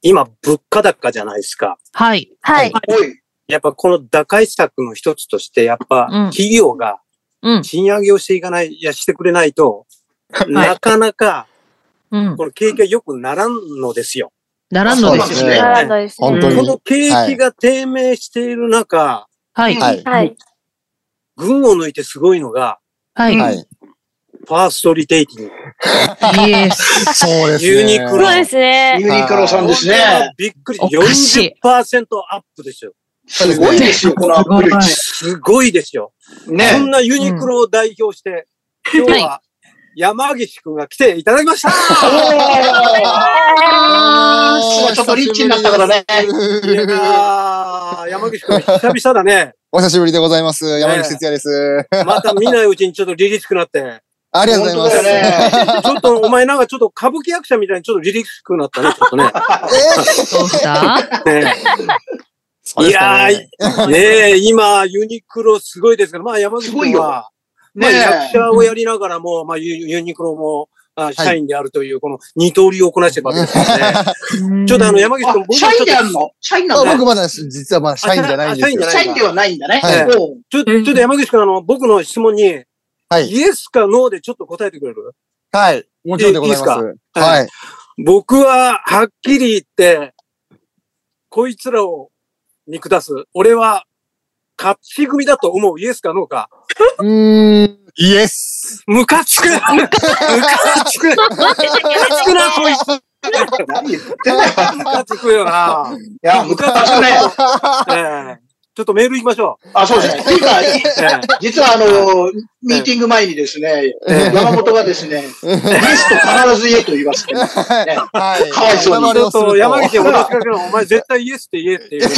今、物価高じゃないですか。はい。はい。おい、やっぱこの打開策の一つとして、やっぱうん企業がうん。賃上げをしていかない、いや、してくれないと、なかなかうん。この景気が良くならんのですよ。ならんのですよそうでねす。ならないです本ね。当こにの景気が低迷している中、はい。は。はいはい。群を抜いてすごいのが、い。はい。ファーストリテイリング。イエス。そうですね。ユニクそうロですね。ユニクロさんですね。びっくり。おかしい40%アップですよ。すごいですよ、このアプリ。すごいですよ。こんね。なユニクロを代表して、今日は山岸くんが来ていただきま した。あーちょっとリッチになったからね。いやー 山岸くん久々だね。お久しぶりでございます。山口哲也です。 また見ないうちにちょっとリリしくなって。ありがとうございます。本当だよね。ちょっとお前なんかちょっと歌舞伎役者みたいにちょっとリリしくなったね、ちょっとね。どう したねそうですかねいやねえ、今、ユニクロすごいですけど、まあ山口すご君いはよ、まあねえ役者をやりながらも、まあユユニクロも、あ社員であるという、この二刀流をこなしてるわけですからね。ちょっとあの、山口あ君、、僕社はちょっと員であるの社員なあんだ。僕まだ実はまだ社員じゃないんですよあ。社員ではないんだね。はいおうちょ、ちょっと山口君、あの、僕の質問に、はいイエスかノーでちょっと答えてくれるはい。もちろんでございます。かはい。僕は、はっきり言って、こいつらを見下す。俺は、勝ち組だと思う。イエスかノーか。うーん。イエス。ムカつくムカつくムカつくな、こいつ何言ってんだよ。ムカつくよな。いや、ムカつくね。ええちょっとメール行きましょう。 あ、そう ですね。ていうか、ええ実はあの、ミーティング前にですね、ええ山本がですね、ゲスト必ず言えと言いますけ ど、はい。かわいそうにちょっと山口。口に脅しかけるの、お前絶対イエスって言えっていう。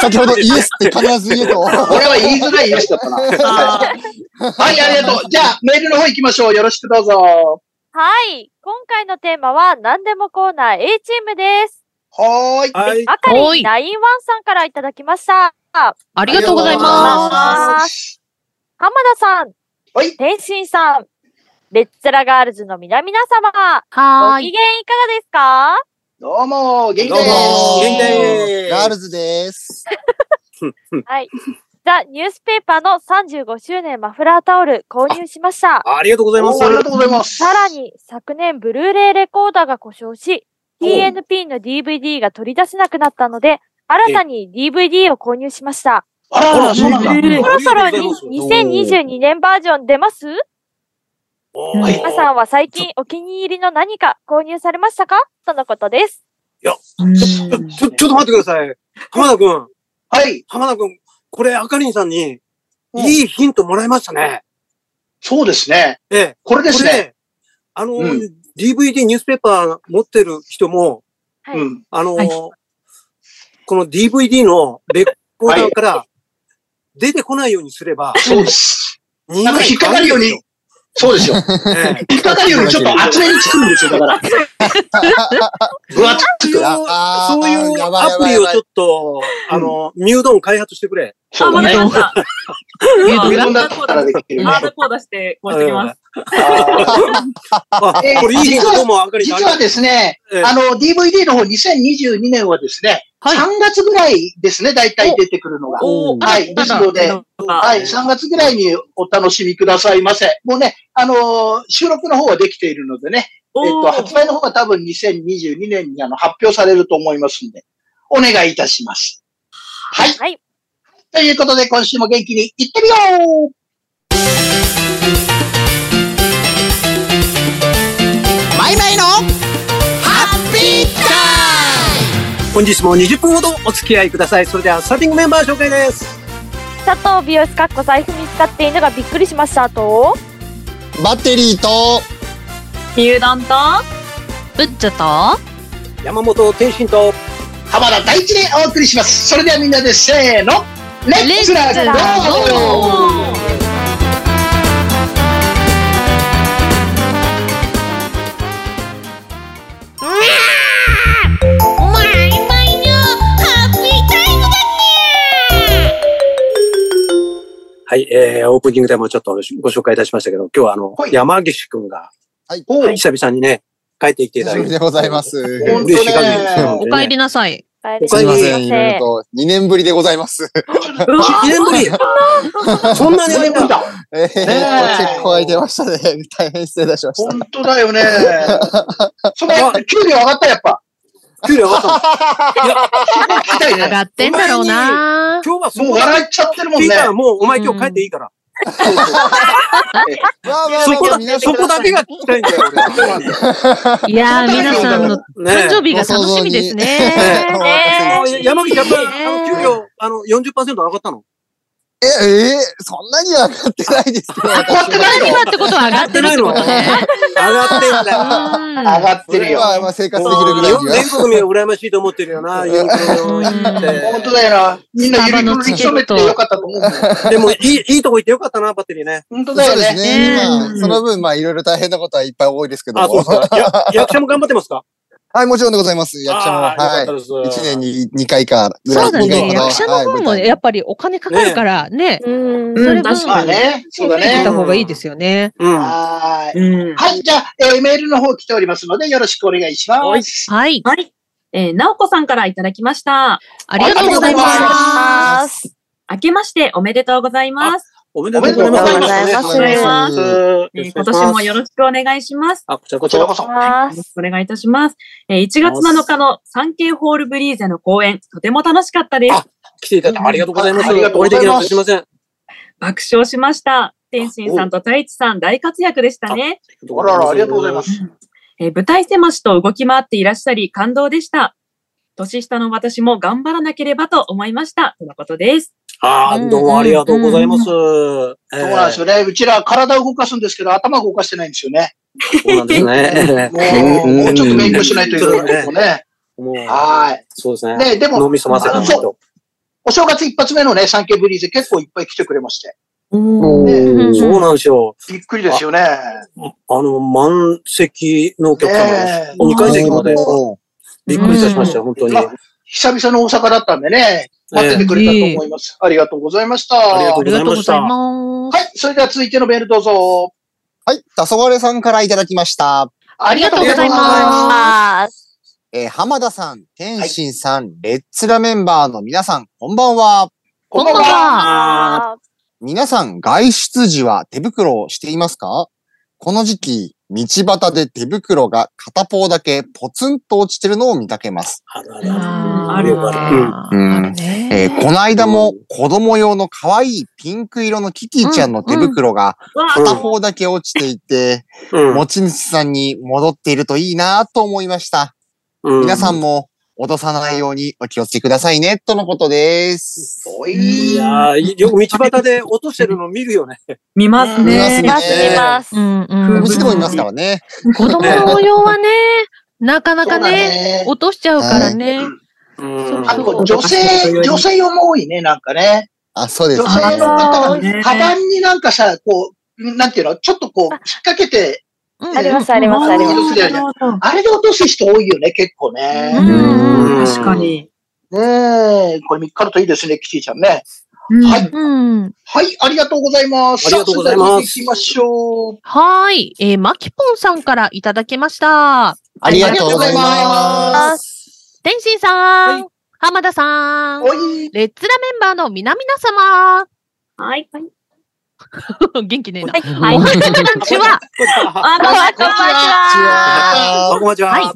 先ほどイエスって必ず言え と。俺は言いづらいイエスだったな。はあい、ありがとう。じゃあ、メールの方行きましょう。よろしくどうぞ。はい。今回のテーマは何でもコーナー A チームです。はーい。はい。あかはりい911さんからいただきました。ありがとうございます。す。浜田さん、はい。天心さん、レッツラガールズの皆々様、はごー機い。嫌いかがですかどうも、元気どでうもす。元気ですガールズです。はい。ザ・ニュースペーパーの35周年マフラータオル購入しました。ありがとうございますおあ。りがとうございます。さらに昨年ブルーレイレコーダーが故障し、お TNP の DVD が取り出せなくなったので、新たに DVD を購入しました。あらら、そうなんだ。えそーろそろありがとうござい2022年バージョン出ますおーはい皆さんは最近お気に入りの何か購入されましたかとのことです。うんちょ、ちょっと待ってください。浜田くん、はい。浜田くん、これ、あかりんさんに、うんいいヒントもらいましたね。そうですね。ええ。これでこすれね。ね、あの、うん DVD、ニュースペーパー持ってる人も、はうい。ん。あの、はいこの DVD のレコーダーから出てこないようにすれば、そうです。なんなんか引っかかるように。そうですよ。え引っかかるよりちょっと厚めにつくんですよ、だから。分厚えく。あーそういうやばいアやプばいリやをばいちょっと、あの、ミュードン開発してくれ。そうだね。あ えどう上やのっだったらできるね。アードコーダして、こうしてきます。あえーこれいいヒントどうも、あかりん実はですね、ええあの、DVD の方2022年はですね、はい3月ぐらいですね、大体出てくるのが。おーはい。ですので、ははい、3月ぐらいにお楽しみくださいませ。もうね、あのー収録の方はできているのでね、えっと、発売の方が多分2022年にあの発表されると思いますんで、お願いいたします。はい。はい。ということで、今週も元気に行ってみようマイマイのハッピー本日も20分ほどお付き合いください。それでは、スターティングメンバー紹介です。佐藤美容師かっこ財布見つかって犬がびっくりしましたと、タイムバッテリーと、牛丼と、ぶっちゃった山本天心と、浜田大地でお送りします。それではみんなでせーの、レッツラゴーマイマイのハッピータイムだにゃはい、えー、オープニングでもちょっとご紹介いたしましたけど、今日はあの、はい山岸くんが、おう久々にね、帰ってきていただ久しぶいりて。でございます。本当嬉しい限りですよね。お帰りなさい。 帰りりすいませいん、いろいろと。2年ぶりでございます。 2年ぶりそんなに会2年っぶりただ。えー、結構空いてましたね。大変失礼いたしました。本当だよね。それ、 給料上がった、やっ ぱ。給料上がったの聞きたい上ね。がってんだろうな。今日はそもうこ笑っちゃってるもん聞いね。たらもうお前今日帰っていいから。まあまあそこまあだ皆、さそんこだけが聞きたいんだよ、俺は。いやー、皆さんのね誕生日が楽しみですね。おあ任せに山口、やっぱり、ねあの、給料、あの、40%上がったのえ、えーそんなには上がってないですけど。上がってない今ってことは上がってるってことね。上がってんだよ。 上がってそるれよ。はまあ生活できるぐら日いに本は。全国民は羨ましいと思ってるよな、ユニクロ本行当だよな。みんなゆりくりに勤めてよかったと思うもん。 って。でも、いい、いいとこ行ってよかったな、バッテリーね。本当だそうよですね。ね。う今、んその分、まあ、いろいろ大変なことはいっぱい多いですけどあ、そうもです。か。や 役者も頑張ってますかはい、もちろんでございます。役者も。ああ、よかはったです。い。一年に二回かぐらい。そうだ二回ね。ほど役者の方もはいやっぱりお金かかるからね。うんそれ分確まかあに。ね。そうだ増えてねた。方がいいですよね。うん。ははーい。うん。はい、じゃあ、えーメールの方来ておりますので、よろしくお願いします。はい。はい。えー、なおこさんからいただきました。ありがとうございまありがとうございますす。ます。明けまししておめでとうございます。おめでとうございます。おめでとういますござおめでとうございますえー今年もよろしくお願いします。あ、こちらここちちららここそそ。まよすろし。くお願いいたします。えー、1月7日のサンケイホールブリーゼの公演、とても楽しかったです。来ていただいてありがとうございます。ありがとうござお会いいますできなくてすいません。あ爆笑しました。天心さんと太一さん大活躍でしたね。り。あらあら、ありがとうございますす。えー舞台狭しと動き回っていらっしゃり感動でした。年下の私も頑張らなければと思いました。とのことです。ああ、どうもありがとうございます。そうそうなんですよね。うちら体を動かすんですけど、頭動かしてないんですよね。そうなんですね。も う、もうちょっと勉強しないといけないですよね。もう、はそうですい。ね。ね、で脳も、みそまさかの人。お正月一発目のね、産経ブリーズ結構いっぱい来てくれまして。おーうんそうなんですよ。びっくりですよね。あの、満席のお客様です。ね2階席までおーびっくりいたしましたよ、本当に。あ久々の大阪だったんでね、待っててくれたと思います。ありがとうございました。ありがとあうりがとうございます。はい、それでは続いてのメールどうぞ。はい、黄昏さんからいただきました。ありがとうございます。ます。えー浜田さん、天心さん、レッツラメンバーの皆さん、こんばんは。こんばんは。あ皆さん、外出時は手袋をしていますかこの時期、道端で手袋が片方だけポツンと落ちてるのを見かけます。あららああるよあーるうんあるね。えーこの間も子供用の可愛いピンク色のキティちゃんの手袋がうん片方だけ落ちていて、うん持ち主さんに戻っているといいなと思いました。う皆さんも落とさないようにお気をつけくださいね、とのことです。おいいやーよく道端で落としてるの見るよね。見ます見ますね。ねまず見ますう。んうんお店でもいますからね。子供の用はね、なかなかね、ね落としちゃうからね。うんあと、女性、女性用も多いね、なんかね。あ、そうです女ね。性の方は、ねカバンになんかさ、こう、なんていうの、ちょっとこう、引っ掛けて、うんあります、あります、あります。すあれで落とす人多いよね、結構うね。ん確かに。ねえ、これ見っかるといいですね、キティちゃんね。はい、うん。はい、ありがとうございます。ありがとうございますさあそれでは聞いていきましょう。はーい。えー、まきぽんさんからいただきました。ありがとうございありがとうございま。ます天心さん、浜田さん、おい、レッツラメンバーの皆々はい。様。 元気ねえな。はい。おこんはばんこんばんちは。は。あ、こあ、んばんは。こんばんちは。はい。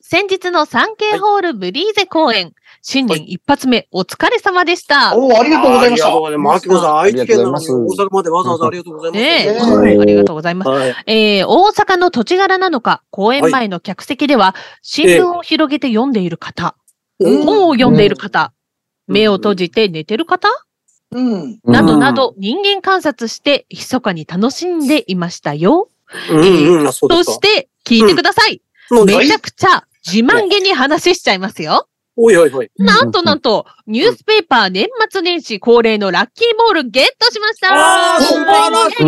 先日のサンケイホールブリーゼ公演、新年一発目、お疲れ様でした。おーありがとうございました。マキコさん、愛知県なのにありがとうござ大阪までわざわざありがとうございます。ねえ、はありがとうございます。はい。えー大阪の土地柄なのか、公演前の客席では、新聞を広げて読んでいる方、本を読んでいる方、うん目を閉じて寝てる方、うん。などなど、人間観察して、密かに楽しんでいましたよ。うんうん、あそうでそすしか。て、聞いてください。そうですめちゃくちゃ自慢げに話しちゃいますよ。おいおいおい。なんとなんと、ニュースペーパー年末年始恒例のラッキーボールゲットしましたあー素晴らしい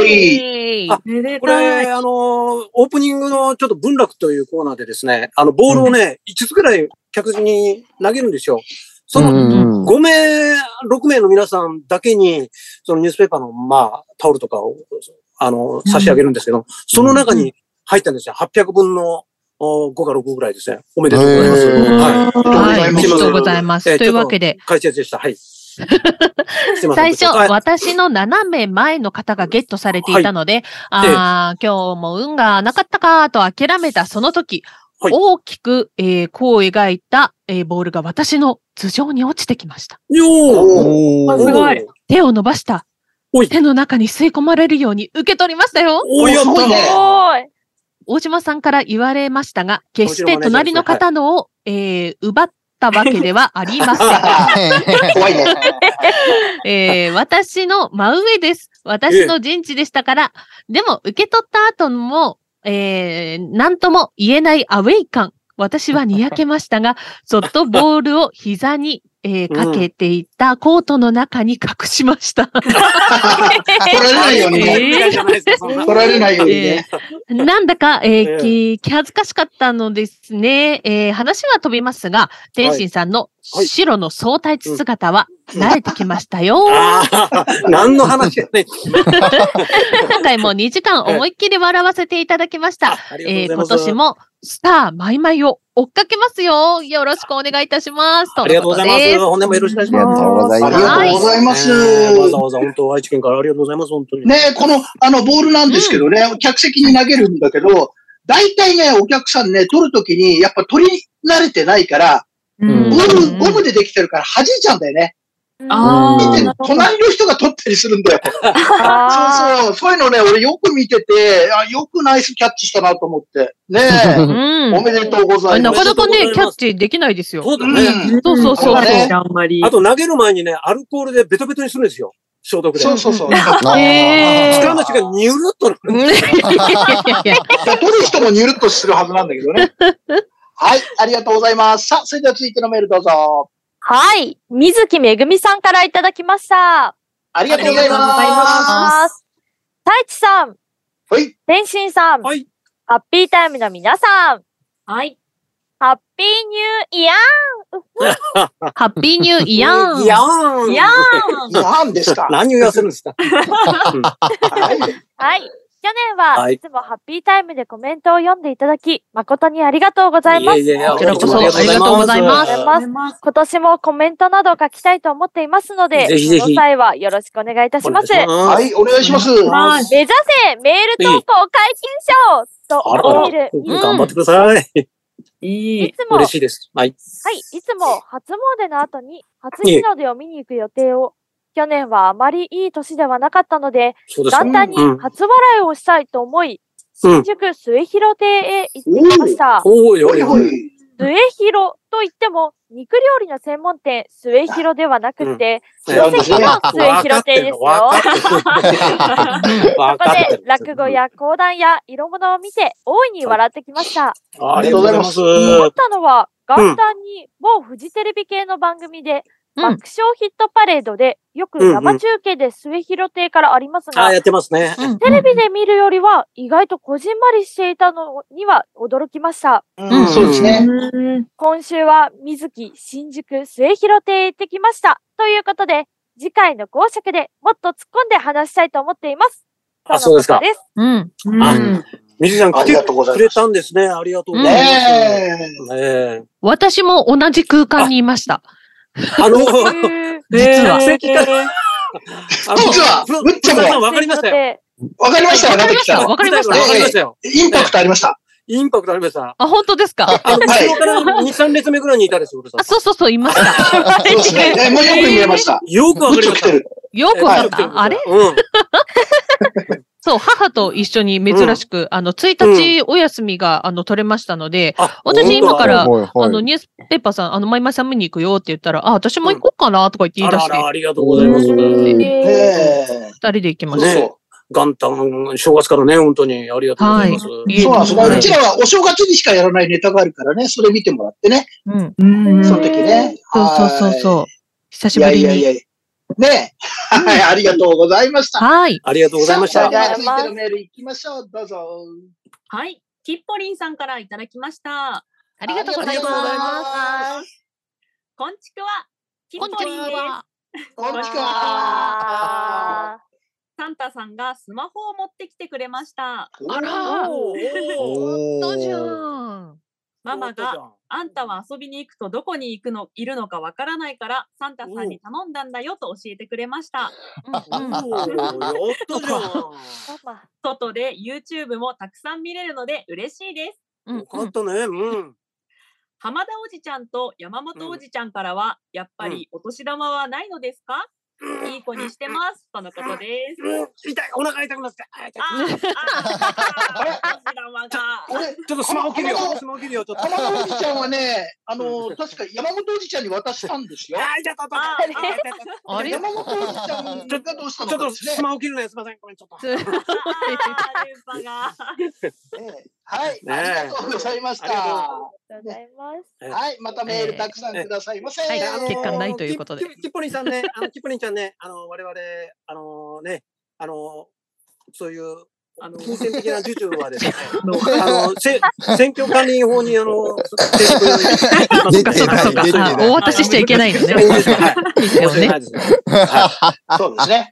おイい、エーイあめでこたい。れ、あのー、オープニングのちょっと文楽というコーナーでですね、あの、ボールをね、5つくらい客人に投げるんですよ。そのうん5名、6名の皆さんだけに、そのニュースペーパーの、まあ、タオルとかを、あの、差し上げるんですけど、その中に入ったんですよ。800分のお5か6ぐらいですね。おめでとうございます。へはーい。はい。おめでとうございまえす。ーというわけで、解説でした。 はい。すいませ最ん初、はい私の斜め前の方がゲットされていたので、ああ、今日も運がなかったかと諦めたその時、はい大きく、えー、弧を描いた、えーボールが私の頭上に落ちてきました。よーおあーすごい。手を伸ばした。おい手の中に吸い込まれるように受け取りましたよ。おーやっすごいねたおい。大島さんから言われましたが、決し大島マネてー隣ジャーでのすね方のを、えー奪ったわけではありませ ん。怖いね。えー私の真上です。私の陣地でしたから、でも受け取った後も、えー、なんとも言えないアウェイ感。私はにやけましたが、そっとボールを膝に、えーうんかけていたコートの中に隠しました。取られないようにね。いやじゃないですよそんな取られないようにね。なんだか、えええー、き気恥ずかしかったのですね。えー話は飛びますが、天心さんのはい白の相対地姿は慣れてきましたよ。 ああ、何の話やね ん。今回も2時間思いっきり笑わせていただきました。ありがとうえーご今ざいます年。もスターマイマイを追っかけますよ。よろしくお願いいたします。ありがとうございまのす。こ本年もよろしくお願いしありがま。とうございあまりがとす。うございますす。ねえわざわざ本当愛知県からありがとうございます。本当に。ねこの、あの、ボールなんですけどね、客席に投げるんだけど、大体ね、お客さんね、取るときに、やっぱ取り慣れてないから、ううんんゴうム、んゴムでできてるから弾いちゃうんだよね。あ見あ、てなるほど。隣の人が取ったりするんだよ。あそうそう。そういうのね、俺よく見てて、あよくナイスキャッチしたなと思って。ねとえ。おうめでとうござん。いなます。かなかおめね、でキとうございまャッすチできないですよ。そうだうね。んそうそうそうそうだねあんまり。あと投げる前にね、アルコールでベトベトにするんですよ。消毒で。そうそうそう。だあーえー使うの時間ニュルッとなる。いやいやいやいやから取る人もニュルッとするはずなんだけどね。はい、ありがとうございます。さあ、それでは続いてのメールどうぞ。はい。水木めぐみさんからいただきました。ありがとうございありがとうございまます。太一さん、す。はい。天心さん、はいハッピータイムの皆さん、はい。ハッピーニューイヤ ハッピーニューイヤーン。いやーん。いやー何ですか何を言わせるんですか。はいーはい。去年ははいいつもハッピータイムでコメントを読んでいただき、誠にありがとうございます。いやいやいやこちらこそありがとうございますありがとうございますます。今年もコメントなどを書きたいと思っていますので、ぜひぜひその際はよろしくお願いいたします。は、はいお願いします。はい目指せメール投稿解禁賞とあら思あえるら、い頑張ってください。いいい。つも、は嬉い、しいです。はい。いつも初詣の後に初日の出を見に行く予定を、去年はあまりいい年ではなかったので、そうです元か。旦に初笑いをしたいと思い、うん新。宿末広亭へ行ってきました。おいおほいいおほい。い。末広といっても、肉料理の専門店、末広ではなくて、うん書籍の末分かっ広て亭でするよ。わかってる。わそこかってでる。落語や講談や色物を見て大いに笑ってきました。ありがとうございます。思ったのは元旦に某フジテレビ系の番組で、うん爆笑ヒットパレードでよく生中継で末広亭からありますが、あ、やってますね。うんテレビで見るよりは意外とこじんまりしていたのには驚きました。うんそうですね。うん今週は水木新宿末広亭へ行ってきました。ということで、次回の講釈でもっと突っ込んで話したいと思っています。あそうですかとのことです。うん。うんあ水木さんあ来りてがとうござくいまれす。たんですね。ありがとうございます。ねえ。ねえ。私も同じ空間にいました。あの、実は客席から、あ の実はむっちゃん武も田さんわかりましたよ。よ。わかりましたよ、なべきさん。わかりましたわかりましたよ。インパクトありました。インパクトありました。あ、本当ですかあの、は後いろから2、3列目ぐらいにいたでしょ、俺さあ、。そうそうそう、いました。そう ですね。ねもうよく見えました。よくわむかりっちまょ来したて。る。よくわかっえーた。あれうん。そう、母と一緒に珍しく、あの、1日お休みが、あの、取れましたので、あ、私今からほいほあいの、ニュースペーパーさん、あの、マイマイさん見に行くよって言ったら、あ、私も行こうかなとか言って言いあ出らあして、ら、二ありがとうございます。うんねえ。人で行きまそうした。そ元旦、正月からね、本当にありがとうございます。はい。う。そうなんですよ。はうちらはお正月にしかやらないネタがあるからね、それ見てもらってね。うん。うんその時ね。そうそうそうはそう。久い。いしぶやりいやいに。や。ねえ。はい、ありがとうございました。はい。ありがとうございましさたあ。じゃああ続りいがてとうのごメールいきましょう。どうぞ。はい。キッポリンさんからいただきました。ありがとうございます。す。こんちくわ。キッこんにポちリンです。は。こんにちこんにちは。あサンタさんがスマホを持ってきてくれました。あらおーおーおそうじゃー。ん。ママおーお父ちゃが、んあんたは遊びに行くとどこに行くの、いるのかわからないから、サンタさんに頼んだんだよと教えてくれました。おーやったじゃママ。外で YouTube もたくさん見れるので嬉しいです。うんん。うよかっんたね。うん。浜田おじちゃんと山本おじちゃんからは、やっぱりお年玉はないのですか、いい子にしてます。とのこと です。うん痛い。お腹痛くなってきた。あ痛いあーあー、お年玉が。ち俺、ょっとスマホ切るよあの。スマホ切るよ。ちょっと。浜田おじちゃんはね、あの、確か山本おじちゃんに渡したんですよ。あ、痛いたあた。痛いた痛いあれ山本おじちゃんがどうしたたちょのっとかですねス。マホ切るね。すみません。ごめん、ちょっと。あー電波が。ええはい、ねえありがとうございましありがた。ありがとうございます。うはい、またメールたくさんくださいませ。ええあのはい結果ないということでキッキッキッポリンさんね、あの、キッポリンちゃんね、あの、我々、あのね、あの、そういう、あの金銭的な受注はですね、 あの、せ選挙管理法に、あ の、抵触出そってかそっかそっかない、出てあおない。渡ししちゃいけないのね。はいですよね。はいですね。そうですね。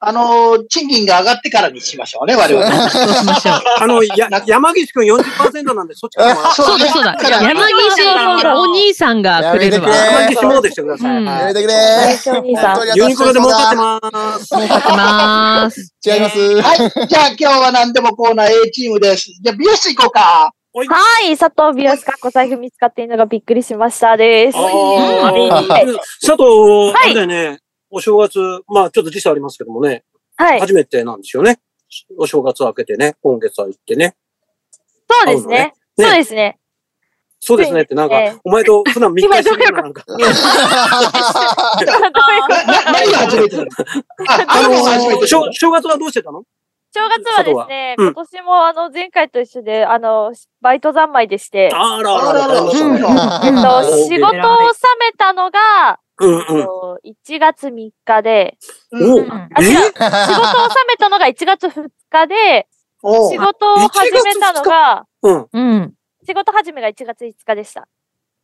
あの、賃金が上がってからにしましょうね、我々。そうしましょう。あの、や、山岸くん40%なんで、そっちからもらってそうだそうだ。山岸お兄さんがくれるわ。山やめて岸くモーでしてくださうい。んやはめいてくれナイスお兄さん。本当にユニクロで儲かってす。ます。儲かってまーす。違います。はい、じゃあ今日は何でもコーナー A チームです。じゃあ美容室行こうか。はい、佐藤美容師かっこ財布見つかっているのがびっくりしましたです。あーはい佐藤、はあいれだよね、お正月、まあちょっと時差ありますけどもね、はい、初めてなんですよね。お正月明けてね、今月は行ってね。そうですね。会うのねねそうですね。そうですねってなんええか、お前と普段密会してるようななんか、な何が初めてなのあ、ああのの、初めて。正正月はどうしてたの正月はですね、うん今年もあの前回と一緒で、あの、バイト三昧でして、あらああららあらら。らら、そういえうの。っとあ、ー仕事を収めたのが、うんえっと1月3日で、うん。おあ、え違う、仕事を収めたのが1月2日で、 おう仕事を始めたのが、うん。うん。仕事始めが1月5日でした。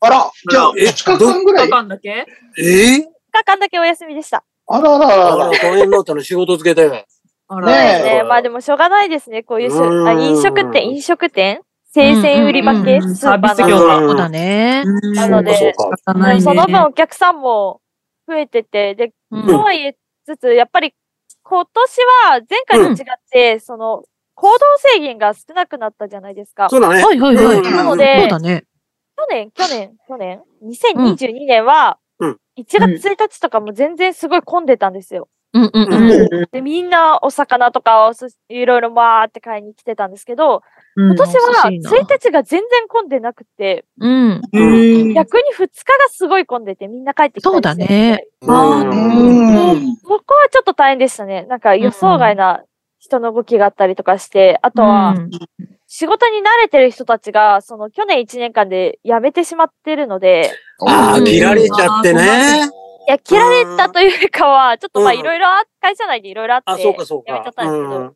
あら、じゃあ2日間ぐらい2日。間だけええ2日間だけお休みでした。あらあらああらら、あこの辺だったの仕事付けで。あねえら。ね、まあでもしょうがないですね、こういうしうんあ飲食店、飲食店生鮮売り場うん系うんうんスーパーサーのビス業だそうだね。なのでそうかそうか。仕方もなういその分ね。お客さんも増えてて、で、うんとはいえつつ、やっぱり今年は前回と違って、その、行動制限が少なくなったじゃないですか。そうだね。はいはいはい。うんなのそでう、だね。去年、去年、去年、2022年は、うん1月1日とかも全然すごい混んでたんですうよ。んうんううん。で、みんなお魚とかお寿司いろいろわーって買いに来てたんですけど、今年はうんお寿司いいな1日が全然混んでなくて、うん。うん逆に2日がすごい混んでてみんな帰ってきたりしてそうだね。うんうん。そこはちょっと大変でしたね。なんか予想外な人の動きがあったりとかして、あとはうん仕事に慣れてる人たちが、その去年1年間で辞めてしまってるので、ああ、切られちゃってね。いや、切られたというかは、ちょっとまあうんいろいろあ、会社内でいろいろあって、あ、そうかそう辞めちゃかっ。たんですけど、うん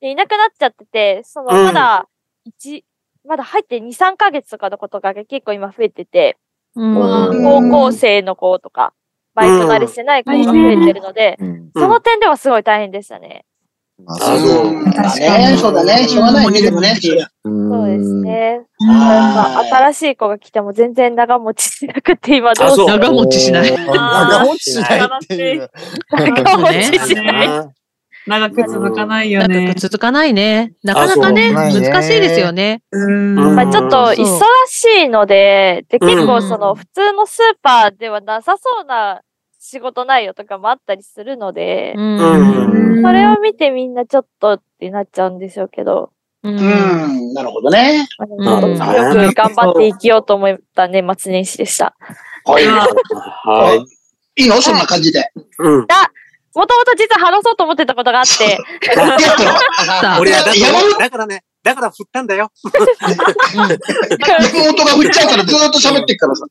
でいなくなっちゃってて、その、うんまだ、一、まだ入って2、3ヶ月とかのことが結構今増えてて、うん。高校生の子とか、バイト慣れしてない子が増えてるので、うんうんその点ではすごい大変でしたね。まああそうだね、そうだね、しょうがないね、でもね、それはそうです。ね。まあはい新しい子が来ても全然長持ちしなくて今どうあそうし長持ちしない。長持ちしないっていう。長持ちしないね長く続かないよ長ねく。続かないね。なかなかね、あそう難しいですよね。うんうんまあちょっと忙しいので、で、結構そうんの普通のスーパーではなさそうな仕事内容とかもあったりするので、うんうんそれを見てみんなちょっとってなっちゃうんでしょうけど、う。うんん、なるほどね。まあちょっと強く頑張って生きようと思った年末年始でした。はい。はいいいのそんな感じで。うん。もともと実は話そうと思ってたことがあって、やってやったの俺はだって山本だからね、だから振ったんだよ。リポートが振っちゃうからずーっと喋ってっからさ。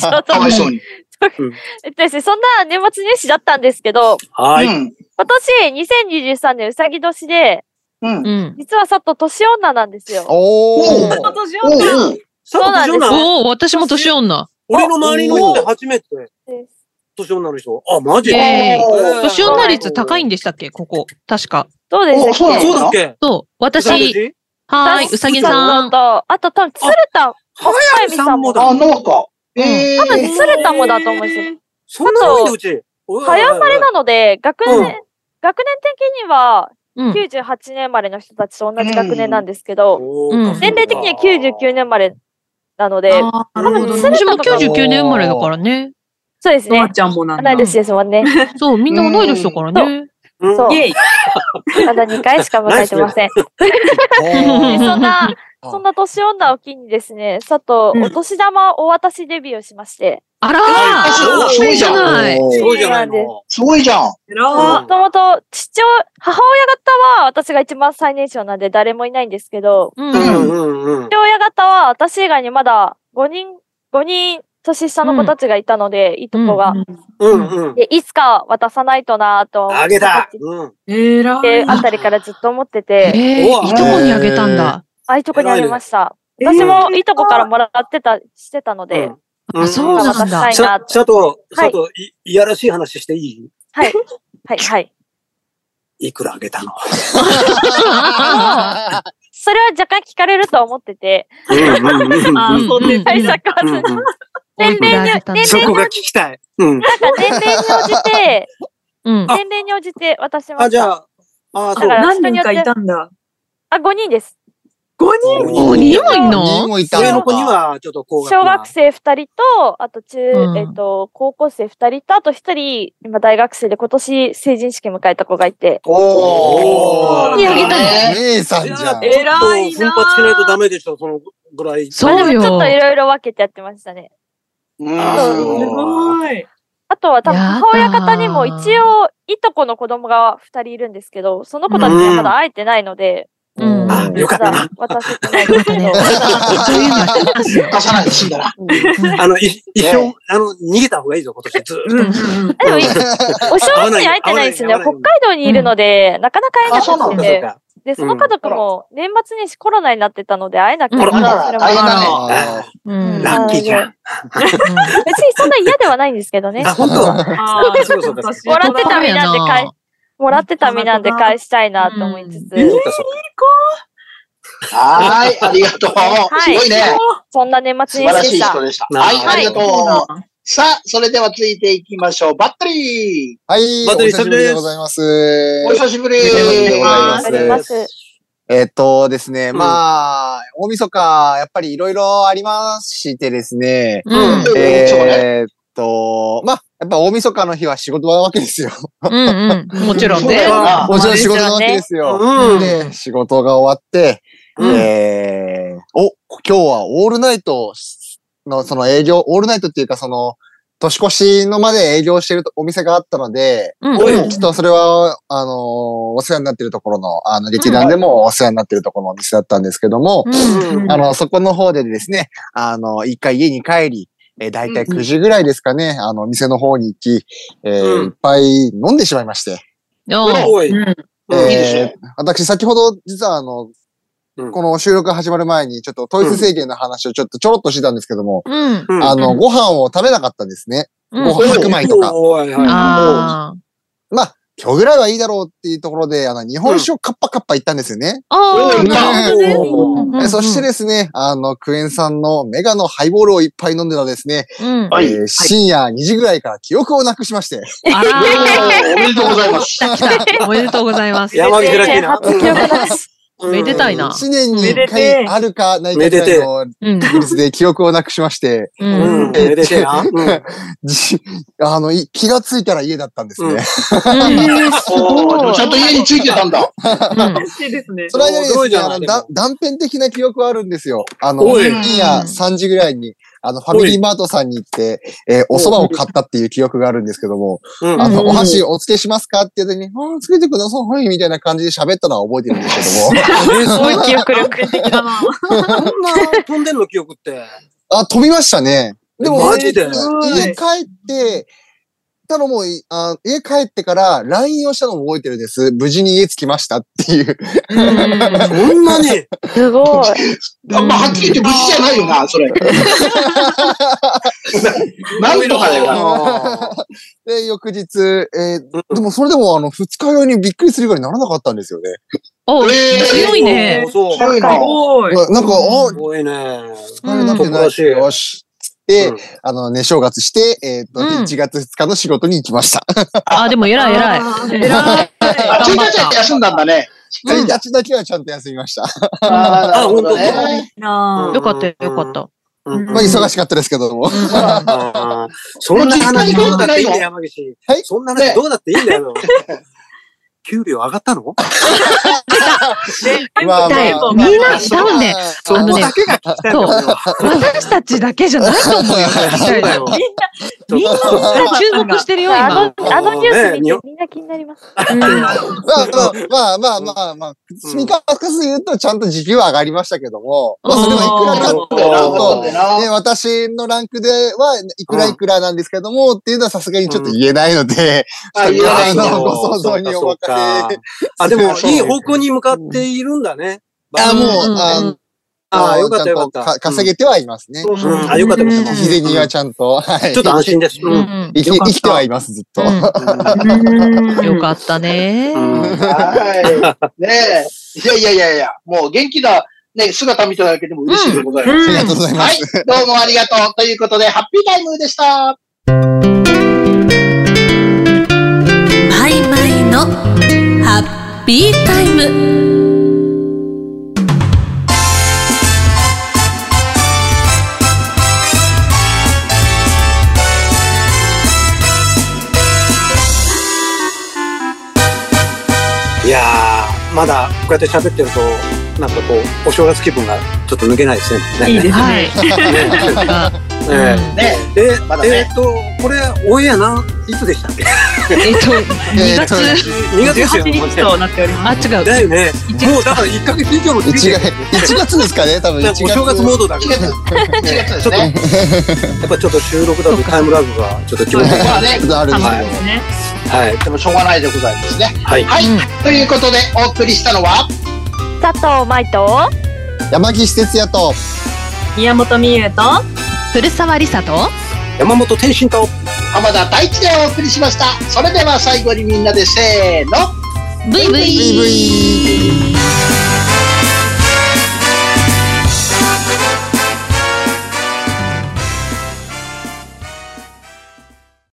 ちょっとかわいそうに。えっとですね、そんな年末年始だったんですけど、はうい。ん。今年2023年うさぎ年で、うん。うん。実はさっと年女なんですよ。おちょっー。とじゃおあうおう。そうなんですおお、私も年女。俺の周りの人で初めて。年女の人。あ、マジイェーイえー年女率高いんでしたっけここ。確か。どうでしたっおけそうなそうのだっけそう。私、私、はーい、うさぎさん。と、あと多分、鶴田、早見さんもだあ、。農家。ええ多分鶴田もだと思うんですよ。そんな多いのうち。早生まれなので、学年、うん学年的にはうん。 98年生まれの人たちと同じ学年なんですけど、おうんー年齢的には99年生まれなので、あーな多るほ分どね。私も99年生まれだからね。そうですノねア。ちゃんもなん同だ。い年ですもんね。そう、みんな同い年だからね。うんそうイェイ。まだ2回しか迎えてません。うんそんな、そんな年女を機にですね、佐藤、お年玉お渡しデビューをしまして、あらあーそういいじゃない。おーすごいじゃないの。すごいじゃん。偉もともと父親、母親方は私が一番最年少なんで誰もいないんですけど、う。うんんうんうん。父親方は私以外にまだ5人、5人年下の子たちがいたので、いとこが、うんうんうん。で、いつか渡さないとなぁと、あげた。うん。い。えらで、い。あたりからずっと思ってて、えおー、わいとこにあげたんだ。あ、いとこにあげました。偉い私もいとこからもらってた、してたので、うんあそうなんだ渡したいなさぁと。佐藤、はい佐藤、い、いやらしい話していいはい。はい、はい。いくらあげたのそれは若干聞かれると思ってて、うんうんうんうんあー、そうです対ね。策はず、うんうん年齢においくらあげたんだそこが聞きたい。うん。なんか年齢に応 じて、うん。年齢に応じて渡しました。あ、じゃあ、あー、あそう。何人かいたんだ。あ、5人です。五人おー、2もいん人のもいた上のの子にか。は、ちょっと高額な小学生2人と、あと中、うんえっと、高校生2人と、あと1人、今大学生で今年成人式迎えた子がいて、おーいやあげたの姉さんじゃん。え偉い奮な発しないとダメでしょ、そのぐらい。まあでそうもちょっよと。いろいろ分けてやってましたね。あすーごい。あとは多分やだー母親方にも一応、いとこの子供が2人いるんですけど、その子たちにはまだ会えてないので、うん。あよかったな。まだ渡せてないんよでかっすた ねそけど。。ういうのやってますよ。出さないで死んだな。あの、い一ね生、あの、逃げた方がいいぞ、今年。ずうんーうっんうんでも、お正月に会えてないんですよね。会わない会わな北い海道にいるので、なかなか会えなあそうなかと。そったんうで、かで、その家族も年末年始コロナになってたので会えなくて、うんそれもあらら大変だねあーうん。ラッキーじゃん。別にそんな嫌ではないんですけどね。あ、本当。あーそうそうそうもらってた身なんで返し、もらってた身なんで返したいなと思いつつ、そうか、そうか。はーい、ありがとう。いすごいね。そんな年素末晴年ら始しでしいた人。でした。ははいい、ありがとう。さあ、それでは続いていきましょう。バッテリはい、まおた一久緒ですしぶりでございます。ー。お久しぶりお久しぶりでございあまりがとすうございます。えっとですね、んまあ、大晦日、やっぱりいろいろありましてですね、うん。うんえーっと、まあ、やっぱ大晦日の日は仕事なわけですよ。うんうん。もちろんそうだね。よな。もちろん仕事なわけですよ。うん。で、仕事が終わって、うんえー、お、今日はオールナイトの、その営業、オールナイトっていうかその、年越しのまで営業してるお店があったので、うん。おいきっとそれは、あのーお世話になってるところの、あの、劇団でもお世話になってるところのお店だったんですけども、うん。あの、そこの方でですね、あの、一回家に帰り、えー、だいたい9時ぐらいですかね、あの、店の方に行き、えーうんいっぱい飲んでしまいまして、おうおい。うんえーいいでしょ私先ほど実はあの、うんこの収録始まる前にちょっと統一制限の話をちょっとちょろっとしてたんですけども、うん。うんあの、ご飯を食べなかったんですね。うん。ご飯白米とか。おい、はい。あまあ、今日ぐらいはいいだろうっていうところで、あの、日本酒をカッパカッパ行ったんですよね。あ。あおあ。いなるほどね。おーうんえそして、ですね、あの、クエン酸のメガのハイボールをいっぱい飲んでたらですね、うん。はいえー深夜2時ぐらいから記憶をなくしまして、あらおー。ーおめでとうございます。 来た来た。おめでとうございます。山口らしいな。初記憶だうんめでたいな1年に1回あるかないかぐらいのうん。確率で記憶をなくしまして、うう。んん、めでてえな。うんじ あの、い気がついたら家だったんですね。うんおーでもちゃんと家についてたんだ。嬉しいですね。それはねすごいじゃないあのでもだ断片的な記憶はあるんですよ。あの、おい深夜3時ぐらいに、あの、ファミリーマートさんに行って、えーお蕎麦を買ったっていう記憶があるんですけども、うんあうんの、お箸お付けしますかって言うとに、うん、つけてください、みたいな感じで喋ったのは覚えてるんで すけども、すごい記憶力。完璧だな。そんな飛んでんの記憶って。あ、飛びましたね。でも、マジで家に帰って、たのもい、あ家帰ってから LINE をしたのも覚えてるです。無事に家着きましたっていう。そんなにすごい。あまあ、はっきり言って無事じゃないよな、それ。ななんとかだよな。で、翌日、えーでもそれでもあの、二日酔いにびっくりするぐらいにならなかったんですよね。お、えー強いね。そう。そういうの。ごい。まあなんか、あ、すごいね。疲れなくないし、うんよし。で、うんあのね、正月して、えっ、と、うん1月2日の仕事に行きました。あ、でも偉い偉い。い。偉い。あ、1日だけ休んだんだね。うん1日だけはちゃんと休みました。あーなるほどあね。なよかったよかった。うんまあ、忙しかったですけども。あーそんな話どうだっていいんだよ、山岸。はいそんな話どうだっていいんだよ。給料上がったのまあまあだいまあみんな、多分ね、そあこのねだけが聞きたいんだよ、俺は私たちだけじゃないと思う よ。そうだよ。みんな注目してるよ、あ今。の、あのニュースね日見本てみんな気になります。まあまあまあまあまあまあ、積み重ね言うとちゃんと時給は上がりましたけども、まあそれはいくらかってなるなほるどと、ね、私のランクではいくらいくらなんですけども、っていうのはさすがにちょっと言えないので、あい言えなやいあのの。ご想像にお任せそうかそうかあ、でも、いい方向に向かっているんだね。 あもう、うんあのああ、よかっちたゃんよとかった。稼げてはいますね。うんうんあ、よかったよかった。日銭にはちゃんと、はい。ちょっと安心です。うん。生きよかった生きてはいます、ずっと。 うんうんよかったね。うんはい。ねえ。いやいやいやいや、もう元気な、ね、姿見ただけでも嬉しいでございます。ありがとうございまはすい。。どうもありがとう。ということで、ハッピータイムでした。マイマイのハッピータイムいやー、まだこうやって喋ってると、なんかこう、お正月気分がちょっと抜けないですね。いいですね。はい。 えうんねええまだねえっと、これ、オンエアな、いつでしたっけえっと、え2ー月。と ?2 月です18よ。日となっておりまあ、す。違う。だよね。もうだから1ヶ月以上も過1ぎて月る、 1月ですかね、多分1なんか月。お正月モードだ1けど、月、や1月ですね。っぱちょっと収録だとタイムラグがちょっと気持ちまあね、 あるんですはけいど。ね。はい。でもしょうがないでございますね。はい。はい。ということで、お送りしたのは、佐藤舞と、山岸哲也と、宮本美優と、古沢りさと、山本天心と、浜田大地でお送りしました。それでは最後にみんなでせーの。ブイブイ。 VV。